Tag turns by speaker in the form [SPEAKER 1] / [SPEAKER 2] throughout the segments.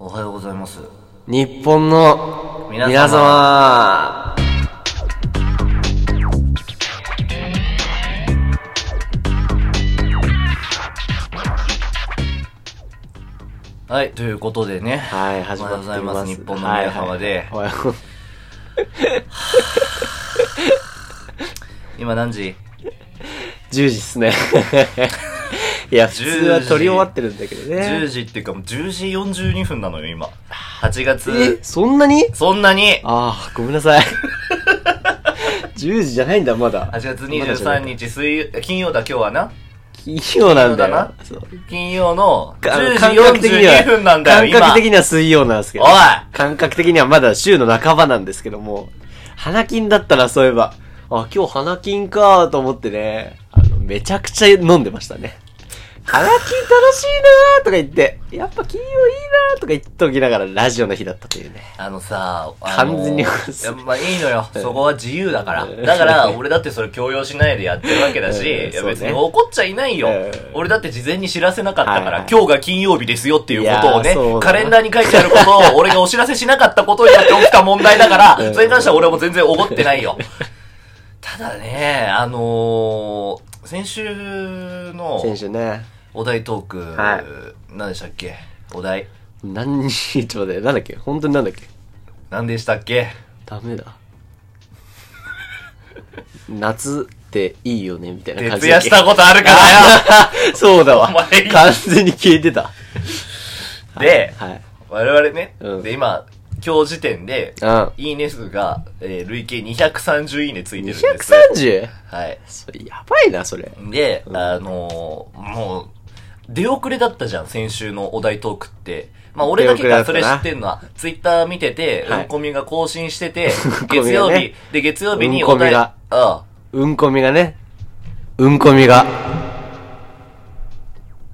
[SPEAKER 1] ます
[SPEAKER 2] 日本の
[SPEAKER 1] 皆様
[SPEAKER 2] 皆様
[SPEAKER 1] はいということでね
[SPEAKER 2] はい、始まってお
[SPEAKER 1] お
[SPEAKER 2] り
[SPEAKER 1] はようございま
[SPEAKER 2] ますす。
[SPEAKER 1] 日本の皆様で
[SPEAKER 2] はいはいおはよ
[SPEAKER 1] 今何時
[SPEAKER 2] う10時っすね。 いや、普通は撮り終わってるんだけど
[SPEAKER 1] 10
[SPEAKER 2] ね。
[SPEAKER 1] 時っていうかもう10時42分なのよ今8
[SPEAKER 2] え
[SPEAKER 1] 月、
[SPEAKER 2] そんなに
[SPEAKER 1] そんなに
[SPEAKER 2] ああ、ごめんなさい。10時じゃないんだ、まだ。
[SPEAKER 1] 8月
[SPEAKER 2] まだ
[SPEAKER 1] 23
[SPEAKER 2] じゃない。
[SPEAKER 1] 日水曜金曜だ今日はな
[SPEAKER 2] 金曜な
[SPEAKER 1] 金曜
[SPEAKER 2] んだ
[SPEAKER 1] だ
[SPEAKER 2] よ
[SPEAKER 1] な。
[SPEAKER 2] そう
[SPEAKER 1] 金曜の
[SPEAKER 2] か
[SPEAKER 1] 10
[SPEAKER 2] 感覚
[SPEAKER 1] 時
[SPEAKER 2] 的には
[SPEAKER 1] 42分なんだよ今
[SPEAKER 2] 感覚的には水曜なんですけど。
[SPEAKER 1] おい
[SPEAKER 2] 感覚的にはまだ週の半ばなんですけども。花金だったな、そういえば。あ、今日花金かと思ってね。あの、めちゃくちゃ飲んでましたね。花金楽しいなーとか言って、やっぱ金曜いいなーとか言っておきながらラジオの日だったというね。
[SPEAKER 1] あのさ、あの
[SPEAKER 2] 完全に
[SPEAKER 1] いやまあいいのよ。そこは自由だから。
[SPEAKER 2] うん
[SPEAKER 1] だから、 俺だってそれ強要しないでやってるわけだし、
[SPEAKER 2] うん
[SPEAKER 1] いや
[SPEAKER 2] そうね
[SPEAKER 1] 別に怒っちゃいないよ
[SPEAKER 2] うん。
[SPEAKER 1] 俺だって事前に知らせなかったから、
[SPEAKER 2] はいはい
[SPEAKER 1] 今日が金曜日ですよっていうことを
[SPEAKER 2] いやーそうだ
[SPEAKER 1] ね、
[SPEAKER 2] な
[SPEAKER 1] カレンダーに書いてあることを、 俺がお知らせしなかったことによって起きた問題だから、
[SPEAKER 2] うん
[SPEAKER 1] それに関しては俺も全然怒ってないよ。 ただね、あのー、先週の
[SPEAKER 2] 選手ね。
[SPEAKER 1] お題トーク、
[SPEAKER 2] はい
[SPEAKER 1] 何でしたっけお題。
[SPEAKER 2] 何日ちょっと待ってなんだっけ本当になんだっけ
[SPEAKER 1] 何でしたっけ
[SPEAKER 2] ダ メだ。夏っていいよね、みたいな感
[SPEAKER 1] 徹
[SPEAKER 2] じだ
[SPEAKER 1] 夜
[SPEAKER 2] っけ
[SPEAKER 1] したことあるから よ
[SPEAKER 2] そうだわ
[SPEAKER 1] お前。
[SPEAKER 2] 完全に消えてた。
[SPEAKER 1] で
[SPEAKER 2] はい。
[SPEAKER 1] 我々ね、
[SPEAKER 2] うん
[SPEAKER 1] で今、今日時点で、
[SPEAKER 2] うん。
[SPEAKER 1] いいね数が、えー累計230いいねついてるんです。
[SPEAKER 2] 230?
[SPEAKER 1] はい。
[SPEAKER 2] それやばいな、それ。
[SPEAKER 1] で、あのーもう、出遅れだったじゃん、先週のお題トークって。まあ、俺だけがそれ知ってんのは、ツイッター見てて、
[SPEAKER 2] はい
[SPEAKER 1] うんこみが更新して て、
[SPEAKER 2] んこみが
[SPEAKER 1] 月曜
[SPEAKER 2] ね
[SPEAKER 1] 日、で、月曜日に
[SPEAKER 2] うんこ
[SPEAKER 1] お
[SPEAKER 2] み
[SPEAKER 1] 題、
[SPEAKER 2] が
[SPEAKER 1] あ
[SPEAKER 2] うんこみがね。うんこみが。
[SPEAKER 1] あ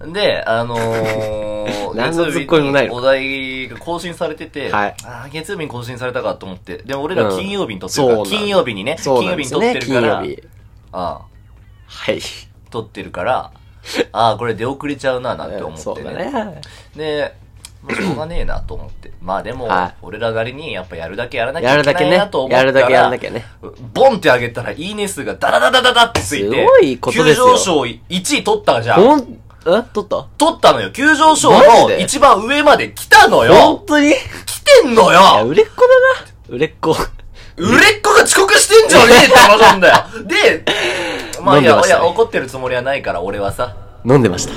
[SPEAKER 1] で、あのー
[SPEAKER 2] 何のツッコミもない
[SPEAKER 1] 月曜日に
[SPEAKER 2] の
[SPEAKER 1] お題が更新されてて、
[SPEAKER 2] はい
[SPEAKER 1] あー月曜日に更新されたかと思って、でも俺ら金曜日に撮ってる
[SPEAKER 2] うん
[SPEAKER 1] から、
[SPEAKER 2] そうなん
[SPEAKER 1] 金曜日にね、
[SPEAKER 2] そ
[SPEAKER 1] 金
[SPEAKER 2] うな
[SPEAKER 1] 曜
[SPEAKER 2] んで
[SPEAKER 1] 日に
[SPEAKER 2] す
[SPEAKER 1] 撮って
[SPEAKER 2] ね。
[SPEAKER 1] る
[SPEAKER 2] 金
[SPEAKER 1] から、
[SPEAKER 2] 曜日。
[SPEAKER 1] ああ
[SPEAKER 2] はい。
[SPEAKER 1] 撮ってるから、ああ、これ出遅れちゃうな、なんて思
[SPEAKER 2] そ
[SPEAKER 1] っ
[SPEAKER 2] う
[SPEAKER 1] て
[SPEAKER 2] だ
[SPEAKER 1] ね。
[SPEAKER 2] ね。
[SPEAKER 1] で、まあしょうがねえなと思って。まあでも、
[SPEAKER 2] はい
[SPEAKER 1] 俺らなりにやっぱやるだけやらなきゃ
[SPEAKER 2] や
[SPEAKER 1] い
[SPEAKER 2] る
[SPEAKER 1] け
[SPEAKER 2] だけ
[SPEAKER 1] ない
[SPEAKER 2] ね
[SPEAKER 1] なと。思った
[SPEAKER 2] や
[SPEAKER 1] ら、
[SPEAKER 2] るだけやらなきゃね。
[SPEAKER 1] ボンって上げたら、いいね数がダラダダダダってついて、
[SPEAKER 2] すごいことですよ
[SPEAKER 1] 急上昇1位取ったじゃん。
[SPEAKER 2] ほん、え取った
[SPEAKER 1] 取ったのよ。急上昇
[SPEAKER 2] マ
[SPEAKER 1] の
[SPEAKER 2] ジで
[SPEAKER 1] 一番上まで来たのよ
[SPEAKER 2] 本当にい
[SPEAKER 1] 来てんの
[SPEAKER 2] や、
[SPEAKER 1] よ
[SPEAKER 2] 売れっ子だな。売れっ子。
[SPEAKER 1] 売れっ子が遅刻してんじゃねえって話なんだ よ。で、まあい
[SPEAKER 2] 飲んで
[SPEAKER 1] や、
[SPEAKER 2] ま
[SPEAKER 1] い
[SPEAKER 2] したね
[SPEAKER 1] や、怒ってるつもりはないから、俺はさ。
[SPEAKER 2] 飲んでました。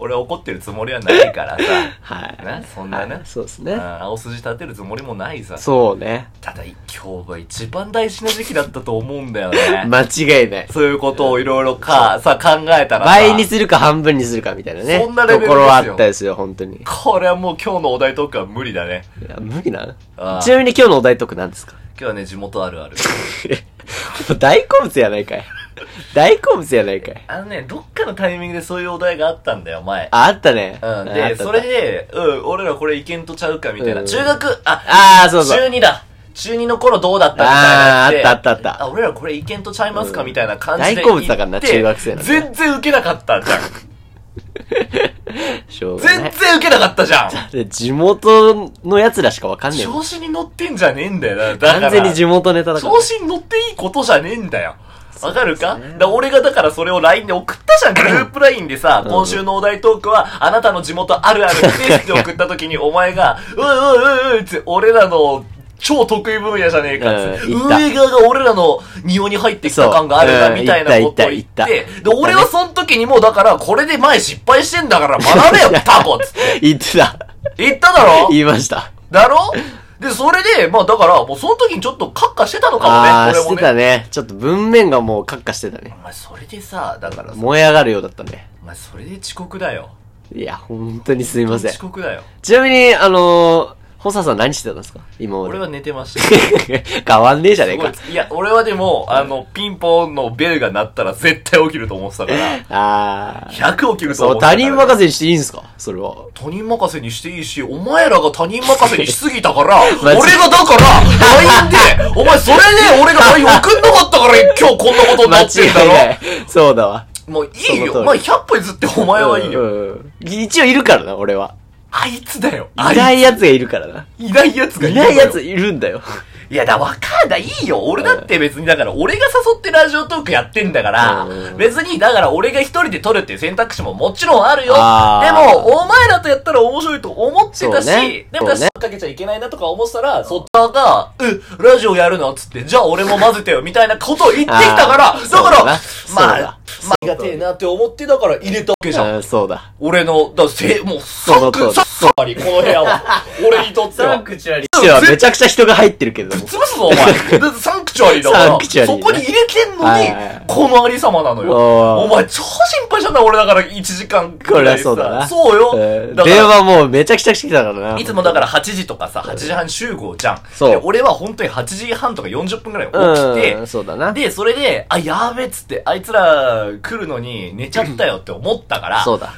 [SPEAKER 1] 俺は怒ってるつもりはないからさ。
[SPEAKER 2] はい。
[SPEAKER 1] なそんなね
[SPEAKER 2] はいそうです
[SPEAKER 1] うん
[SPEAKER 2] ね。
[SPEAKER 1] 青筋立てるつもりもないさ。
[SPEAKER 2] そうね。
[SPEAKER 1] ただ、今日は一番大事な時期だったと思うんだよ ね。
[SPEAKER 2] 間違いない。
[SPEAKER 1] そういうことをいろいろか、さ、考えたらさ。
[SPEAKER 2] 倍にするか半分にするかみたいなね。
[SPEAKER 1] そんなレベルですよ
[SPEAKER 2] ところはあったですよ、本当に。い
[SPEAKER 1] これはもう今日のお題トークは無理だね。
[SPEAKER 2] や、無理な
[SPEAKER 1] あー
[SPEAKER 2] のちなみに今日のお題トーク何ですか
[SPEAKER 1] 今日はね、地元あるある。
[SPEAKER 2] 大好物やないかい。大好物やないかい。
[SPEAKER 1] あのね、どっかのタイミングでそういうお題があったんだよ、前。
[SPEAKER 2] あ、あったね。
[SPEAKER 1] う
[SPEAKER 2] あ
[SPEAKER 1] ん。
[SPEAKER 2] あったあ
[SPEAKER 1] で、
[SPEAKER 2] った
[SPEAKER 1] それで、うん、俺らこれいけんとちゃうかみたいな。
[SPEAKER 2] うん
[SPEAKER 1] 中学、あ、
[SPEAKER 2] ああ、そうそう。
[SPEAKER 1] 中2だ。中2の頃どうだったみたいなやつで
[SPEAKER 2] あーあったあったあった
[SPEAKER 1] あ、俺らこれいけんとちゃいますか
[SPEAKER 2] うん
[SPEAKER 1] みたいな感じで言って。
[SPEAKER 2] 大好物だからな中学生なんて
[SPEAKER 1] 全然ウケなかった じゃん。
[SPEAKER 2] しょうがな
[SPEAKER 1] 全
[SPEAKER 2] い。
[SPEAKER 1] 然ウケなかったじゃ ん。
[SPEAKER 2] で、地元の奴らしかわかんねえもん
[SPEAKER 1] 調子に乗ってんじゃねえんだよな。だから
[SPEAKER 2] 完全に地元ネタだから
[SPEAKER 1] 調。子に乗っていいことじゃねえんだよ。わかるか,、だ俺がだからそれを LINE で送ったじゃん。グループ LINE でさ、今週のお題トークは、あなたの地元あるあるですって送った時にお前が、うんうんうんうんって俺らの超得意分野じゃねえかっつって、
[SPEAKER 2] うん言った
[SPEAKER 1] 運営側が俺らの庭に入ってきた感があるな
[SPEAKER 2] そううん
[SPEAKER 1] みたいなことを言っ
[SPEAKER 2] 言った言
[SPEAKER 1] て
[SPEAKER 2] った言っ、
[SPEAKER 1] で、
[SPEAKER 2] た
[SPEAKER 1] 俺はその時にもうだから、これで前失敗してんだから学べよ、タコっつって
[SPEAKER 2] 言ってた。
[SPEAKER 1] 言っただろ
[SPEAKER 2] 言いました。
[SPEAKER 1] だろで、それで、まあだから、もうその時にちょっとカッカしてたのか
[SPEAKER 2] あ
[SPEAKER 1] も
[SPEAKER 2] あ、
[SPEAKER 1] ね、
[SPEAKER 2] し
[SPEAKER 1] 俺も
[SPEAKER 2] て
[SPEAKER 1] ね
[SPEAKER 2] た。ね。ちょっと文面がもうカッカしてたね。
[SPEAKER 1] お前それでさ、だからさ、
[SPEAKER 2] 燃え上がるようだったね。
[SPEAKER 1] お前それで遅刻だよ。
[SPEAKER 2] いや、本当にすいません
[SPEAKER 1] 遅。刻だよ。
[SPEAKER 2] ちなみに、あのー、ホサさん何してたんですか今まで
[SPEAKER 1] 俺。は寝てました。
[SPEAKER 2] 変わんねえじゃねえか。
[SPEAKER 1] すごいいや、俺はでも、あの、ピンポンのベルが鳴ったら絶対起きると思ってた から、
[SPEAKER 2] あー。
[SPEAKER 1] 100起きると
[SPEAKER 2] そ
[SPEAKER 1] 思っ
[SPEAKER 2] う、
[SPEAKER 1] てたか
[SPEAKER 2] 他
[SPEAKER 1] ら。
[SPEAKER 2] 人任せにしていいんですかそれは。
[SPEAKER 1] 他人任せにしていいし、お前らが他人任せにしすぎたから、
[SPEAKER 2] マ
[SPEAKER 1] 俺
[SPEAKER 2] ジ
[SPEAKER 1] がだから、LINE で、お前それで俺が LINE 送んなかった から今日こんなことにな
[SPEAKER 2] 間
[SPEAKER 1] って
[SPEAKER 2] 違
[SPEAKER 1] ん
[SPEAKER 2] い
[SPEAKER 1] だろ
[SPEAKER 2] ない。そうだわ。
[SPEAKER 1] もういい
[SPEAKER 2] その通
[SPEAKER 1] よ。
[SPEAKER 2] り
[SPEAKER 1] まあ100歩譲ってお前はいいよ。
[SPEAKER 2] うんうん一応いるからな、俺は。
[SPEAKER 1] あいつだよ。あ
[SPEAKER 2] いないいやつがいるからな。
[SPEAKER 1] ついないやつが
[SPEAKER 2] い
[SPEAKER 1] るの
[SPEAKER 2] な
[SPEAKER 1] よ
[SPEAKER 2] いやついるんだよ。
[SPEAKER 1] いや、だ、わかんない。いいよ。俺だって別に、だから、俺が誘ってラジオトークやってんだから
[SPEAKER 2] うん、
[SPEAKER 1] 別に、だから俺が一人で撮るっていう選択肢ももちろんあるよ。で
[SPEAKER 2] あー
[SPEAKER 1] も、お前らとやったら面白いと思ってたし、
[SPEAKER 2] そうね
[SPEAKER 1] でも、だ
[SPEAKER 2] そうね
[SPEAKER 1] かけちゃいけないなとか思ってたら、そっち側が、え、ラジオやるのっつって、じゃあ俺も混ぜてよ、みたいなことを言ってきたから、
[SPEAKER 2] あー
[SPEAKER 1] だか
[SPEAKER 2] そうだ
[SPEAKER 1] ら、
[SPEAKER 2] な
[SPEAKER 1] ま
[SPEAKER 2] そう
[SPEAKER 1] あ
[SPEAKER 2] だ、
[SPEAKER 1] まあ、ありがてえなって思って、だから入れたわけじゃん。
[SPEAKER 2] うん、そうだ。
[SPEAKER 1] 俺の、だからせ、もう、さ
[SPEAKER 2] の
[SPEAKER 1] っ
[SPEAKER 2] 通り
[SPEAKER 1] く、さっさり、この部屋は。俺にとっては。
[SPEAKER 3] クチュアリ
[SPEAKER 2] うちはめちゃくちゃ人が入ってるけれども。
[SPEAKER 1] 潰すぞ、お前。 だってサンクチュアリーだか
[SPEAKER 2] サンクチュア
[SPEAKER 1] ら、
[SPEAKER 2] リー
[SPEAKER 1] そ
[SPEAKER 2] ね
[SPEAKER 1] こに入れてん
[SPEAKER 2] はいはいは
[SPEAKER 1] のに、このありさまなのよ。
[SPEAKER 2] おー
[SPEAKER 1] お前、超心配したんだ、俺だから1時間くらいさ。
[SPEAKER 2] これはそうだな
[SPEAKER 1] そう
[SPEAKER 2] え
[SPEAKER 1] よ。
[SPEAKER 2] ー
[SPEAKER 1] だか
[SPEAKER 2] 電
[SPEAKER 1] ら、
[SPEAKER 2] 話もうめちゃくちゃ来てたからな。
[SPEAKER 1] いつもだから8時とかさ、8時半集合じゃん。
[SPEAKER 2] そう
[SPEAKER 1] で俺は本当に8時半とか40分くらい起
[SPEAKER 2] うん、
[SPEAKER 1] き
[SPEAKER 2] そうだな。
[SPEAKER 1] て、で、それで、あ、やーべっつって、あいつら来るのに寝ちゃったよって思ったから、
[SPEAKER 2] そうだ。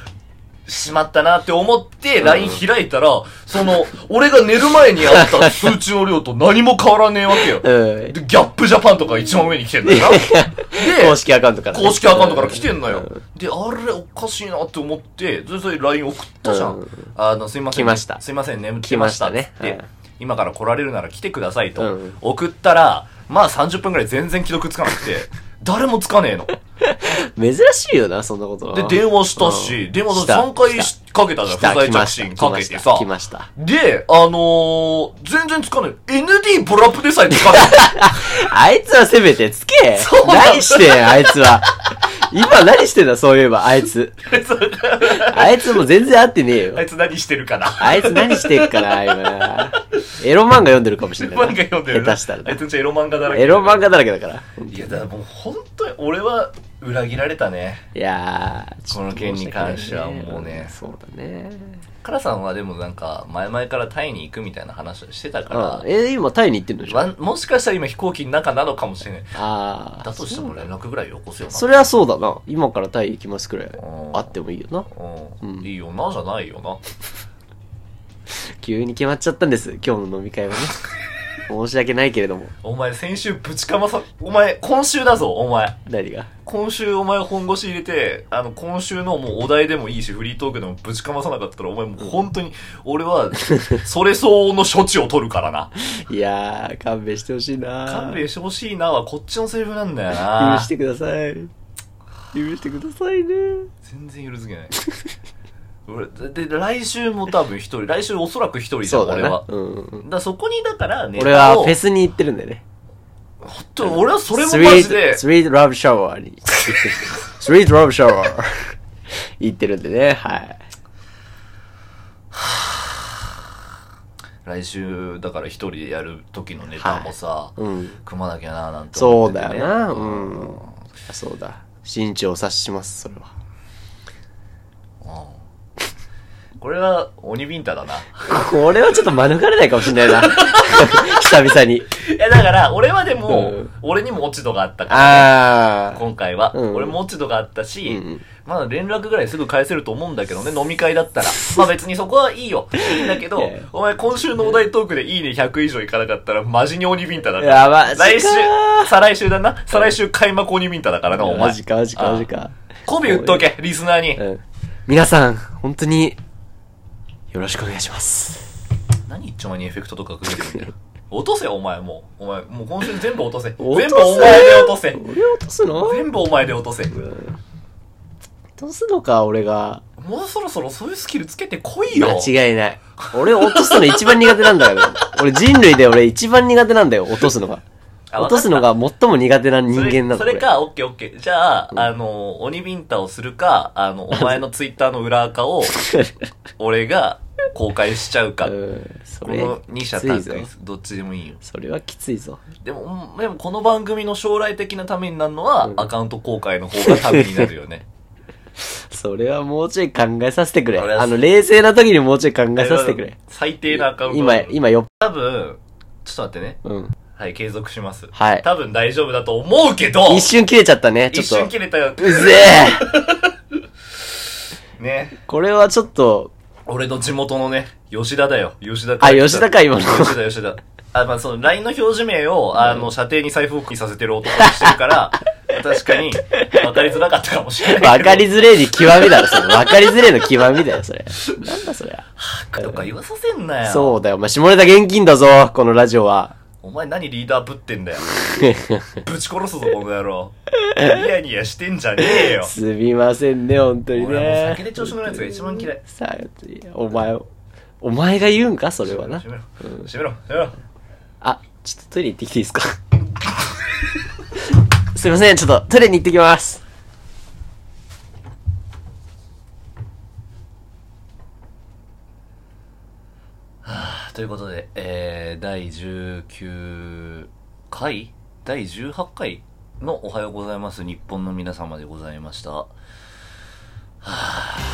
[SPEAKER 1] しまったなって思って、LINE 開いたら、その、俺が寝る前にあった通知の量と何も変わらねえわけよ。
[SPEAKER 2] うん。
[SPEAKER 1] で、ギャップジャパンとか一番上に来てんだよな。
[SPEAKER 2] 公
[SPEAKER 1] で、
[SPEAKER 2] 式アカウントからね、
[SPEAKER 1] 公式アカウントから来てんのよ。で、あれおかしいなって思って、それそれ LINE 送ったじゃ
[SPEAKER 2] うん
[SPEAKER 1] ん。あの、すいません。
[SPEAKER 2] 来ました
[SPEAKER 1] すいません、眠ってました。
[SPEAKER 2] 来ましたね
[SPEAKER 1] って
[SPEAKER 2] はい
[SPEAKER 1] 今から来られるなら来てくださいと
[SPEAKER 2] うん。
[SPEAKER 1] 送ったら、まあ30分くらい全然既読つかなく て、誰もつかねえの。
[SPEAKER 2] 珍しいよな、そんなことは。
[SPEAKER 1] で、電話した
[SPEAKER 2] う
[SPEAKER 1] し、
[SPEAKER 2] ん
[SPEAKER 1] 電話
[SPEAKER 2] した
[SPEAKER 1] 3回しかけたじゃん。不
[SPEAKER 2] 来た、
[SPEAKER 1] 在
[SPEAKER 2] 来ま
[SPEAKER 1] 着
[SPEAKER 2] し
[SPEAKER 1] 信
[SPEAKER 2] た。
[SPEAKER 1] かけてさ。
[SPEAKER 2] 来ました。
[SPEAKER 1] で、あのー、全然つかない。ND ボラップでさえつかない。
[SPEAKER 2] あいつはせめてつけ
[SPEAKER 1] そうなんだ
[SPEAKER 2] 何してん、あいつは。今何してんだ、そういえば、あいつ。 あいつもう全然会ってねえよ
[SPEAKER 1] あ。いつ何してるか な。
[SPEAKER 2] あいつ何してっかな、今。エロ漫画読んでるかもしれ
[SPEAKER 1] エ
[SPEAKER 2] な
[SPEAKER 1] ロ
[SPEAKER 2] い
[SPEAKER 1] 漫
[SPEAKER 2] な。
[SPEAKER 1] 画読んでるな
[SPEAKER 2] 下手したら
[SPEAKER 1] あい
[SPEAKER 2] な。
[SPEAKER 1] つんちエロ漫画だらけ
[SPEAKER 2] エロ漫画だらけだから。
[SPEAKER 1] いやだからもう本当に俺は裏切られたね
[SPEAKER 2] いやー、
[SPEAKER 1] この件に関してはもうね
[SPEAKER 2] そうだね。
[SPEAKER 1] カラさんはでもなんか前々からタイに行くみたいな話をしてた
[SPEAKER 2] あ
[SPEAKER 1] か
[SPEAKER 2] え、今タイに行ってんのでし
[SPEAKER 1] ら
[SPEAKER 2] ょ
[SPEAKER 1] わんもしかしたら今飛行機の中なのかもしれない
[SPEAKER 2] ああ。
[SPEAKER 1] だとしても連絡ぐらいよこせよな
[SPEAKER 2] それはそうだな。今からタイ行きますくらい
[SPEAKER 1] ん
[SPEAKER 2] あってもいいよな。
[SPEAKER 1] うん、
[SPEAKER 2] うん
[SPEAKER 1] いいよなじゃないよな
[SPEAKER 2] 急に決まっちゃったんです。今日の飲 み会はね。申し訳ないけれども。
[SPEAKER 1] お前先週ぶちかまさお前今週だぞお前
[SPEAKER 2] 何が
[SPEAKER 1] 今週お前本腰入れて、あの、今週のもうお題でもいいし、フリートークでもぶちかまさなかったら、お前もう本当に、俺は、それ相応の処置を取るからな。
[SPEAKER 2] いやー、勘弁してほしいな
[SPEAKER 1] 勘弁してほしいなはこっちのセリフなんだよ
[SPEAKER 2] 許
[SPEAKER 1] な
[SPEAKER 2] してください。許してくださいね。
[SPEAKER 1] 全然許すけない 俺でで来週も多分一人来週おそらく一人じゃ
[SPEAKER 2] そうんだ
[SPEAKER 1] 俺は
[SPEAKER 2] な。うんう
[SPEAKER 1] だ
[SPEAKER 2] ん。
[SPEAKER 1] からそこにだからネ
[SPEAKER 2] 俺は
[SPEAKER 1] タを
[SPEAKER 2] フェスに行ってるんだよね。
[SPEAKER 1] 本当に俺はそれも
[SPEAKER 2] ス
[SPEAKER 1] マ
[SPEAKER 2] リ
[SPEAKER 1] ジで
[SPEAKER 2] ート、スリートラブシャ ワーに行ってる。スリートラブシャワー。行ってるんでね、はい。
[SPEAKER 1] 来週だから一人でやる時のネタもさ、
[SPEAKER 2] うん。
[SPEAKER 1] 組まなきゃななんて
[SPEAKER 2] そ
[SPEAKER 1] 思っ
[SPEAKER 2] う
[SPEAKER 1] ててね、
[SPEAKER 2] だよな。うん。そうだ。身長を察します、それ は。
[SPEAKER 1] これは鬼ビンタだな
[SPEAKER 2] これはちょっと免れないかもしれないな。久々に。
[SPEAKER 1] いやだから俺はでも、
[SPEAKER 2] うん
[SPEAKER 1] 俺にも落ち度があったから、
[SPEAKER 2] ああ。
[SPEAKER 1] 今回は、
[SPEAKER 2] うん
[SPEAKER 1] 俺も落ち度があったし、
[SPEAKER 2] うん
[SPEAKER 1] まだ連絡ぐらいすぐ返せると思うんだけどね、飲み会だ ったら。まあ別にそこはいいよ。いいんだけど
[SPEAKER 2] ええ、
[SPEAKER 1] お前今週のお題トークでいいね100以上いかなかったらマジに鬼ビンタだから。
[SPEAKER 2] やばい
[SPEAKER 1] 来週
[SPEAKER 2] マジか、
[SPEAKER 1] 再来週だな。再来週開幕鬼ビンタだからな、お前。
[SPEAKER 2] マジか、マジか、
[SPEAKER 1] ああ
[SPEAKER 2] マジ。か。
[SPEAKER 1] コビ打っとけ、リスナーに
[SPEAKER 2] う。ん。皆さん、本当に、よろしくお願いします。
[SPEAKER 1] 何一丁前にエフェクトとかかけてるんだよ。落とせ、お前もう。お前、もう今週全部落とせ。全部
[SPEAKER 2] 落とせ
[SPEAKER 1] お前で落とせ。
[SPEAKER 2] 俺落とすの落
[SPEAKER 1] 全部お前で落とせ。
[SPEAKER 2] とすのか、俺が。
[SPEAKER 1] もうそろそろそういうスキルつけてこいよ。
[SPEAKER 2] 間違いない。俺落とすの一番苦手なんだから。俺人類で俺一番苦手なんだよ、落とすのが。
[SPEAKER 1] あ
[SPEAKER 2] 落とすのが最も苦手な人
[SPEAKER 1] それ
[SPEAKER 2] 間なの。
[SPEAKER 1] それ
[SPEAKER 2] 俺
[SPEAKER 1] か、オッケーオッケー。じゃあ、あの、鬼ビンタをするか、あ の、お前のツイッターの裏垢を、俺が公開しちゃうか。
[SPEAKER 2] うんそ
[SPEAKER 1] こ
[SPEAKER 2] れ
[SPEAKER 1] の二者
[SPEAKER 2] きつい
[SPEAKER 1] 択
[SPEAKER 2] ぞ
[SPEAKER 1] 一、どっちでもいいよ。
[SPEAKER 2] それはきついぞ
[SPEAKER 1] でも、うんでもこの番組の将来的なためになるのは、アカウント公開の方がためになるよ ね。
[SPEAKER 2] それはもうちょい考えさせてくれ
[SPEAKER 1] 俺は
[SPEAKER 2] あの冷静な時にもうちょい考えさせてくれ
[SPEAKER 1] 最低なアカウント。
[SPEAKER 2] 今今よ
[SPEAKER 1] 多分、ちょっと待ってね。
[SPEAKER 2] うん
[SPEAKER 1] はい、継続します。
[SPEAKER 2] はい
[SPEAKER 1] 多分大丈夫だと思うけど、
[SPEAKER 2] 一瞬切れちゃったねち
[SPEAKER 1] 一
[SPEAKER 2] ょ
[SPEAKER 1] 瞬
[SPEAKER 2] っ
[SPEAKER 1] 切
[SPEAKER 2] と
[SPEAKER 1] れたよ。
[SPEAKER 2] うぜえ
[SPEAKER 1] ね。
[SPEAKER 2] これはちょっと
[SPEAKER 1] 俺の地元のね、吉田だよ。吉田
[SPEAKER 2] あ吉田か今の
[SPEAKER 1] 吉田、吉田。あ、まあ、その、LINE の表示名を、あの、射程に財布をにさせてる男にしてる から、確かに、分かりづらかったかもしれないけど。
[SPEAKER 2] 分かりづれえに極みだろそれ分かりづれえの極みだよそれなんだそれ
[SPEAKER 1] はぁとか言わさせんなよ。
[SPEAKER 2] そうだよ。お前、下ネタ現金だぞ、このラジオは。
[SPEAKER 1] お前何リーダーぶって んだよ。ぶち殺すぞ、この野郎。ニヤニヤしてんじゃねえよ。
[SPEAKER 2] すみませんね、本当に
[SPEAKER 1] 俺はもう
[SPEAKER 2] ね
[SPEAKER 1] 酒。で調子乗るやつが一番嫌い。
[SPEAKER 2] さあ、お前、お前が言うんかそれはな
[SPEAKER 1] 閉。めろ、閉めろ、閉めろ。
[SPEAKER 2] あ、ちょっとトイレ行ってきていいですか すいません、ちょっとトイレに行ってきます。
[SPEAKER 1] ということで、えー、第19回第18回のおはようございます日本の皆様でございました。はぁ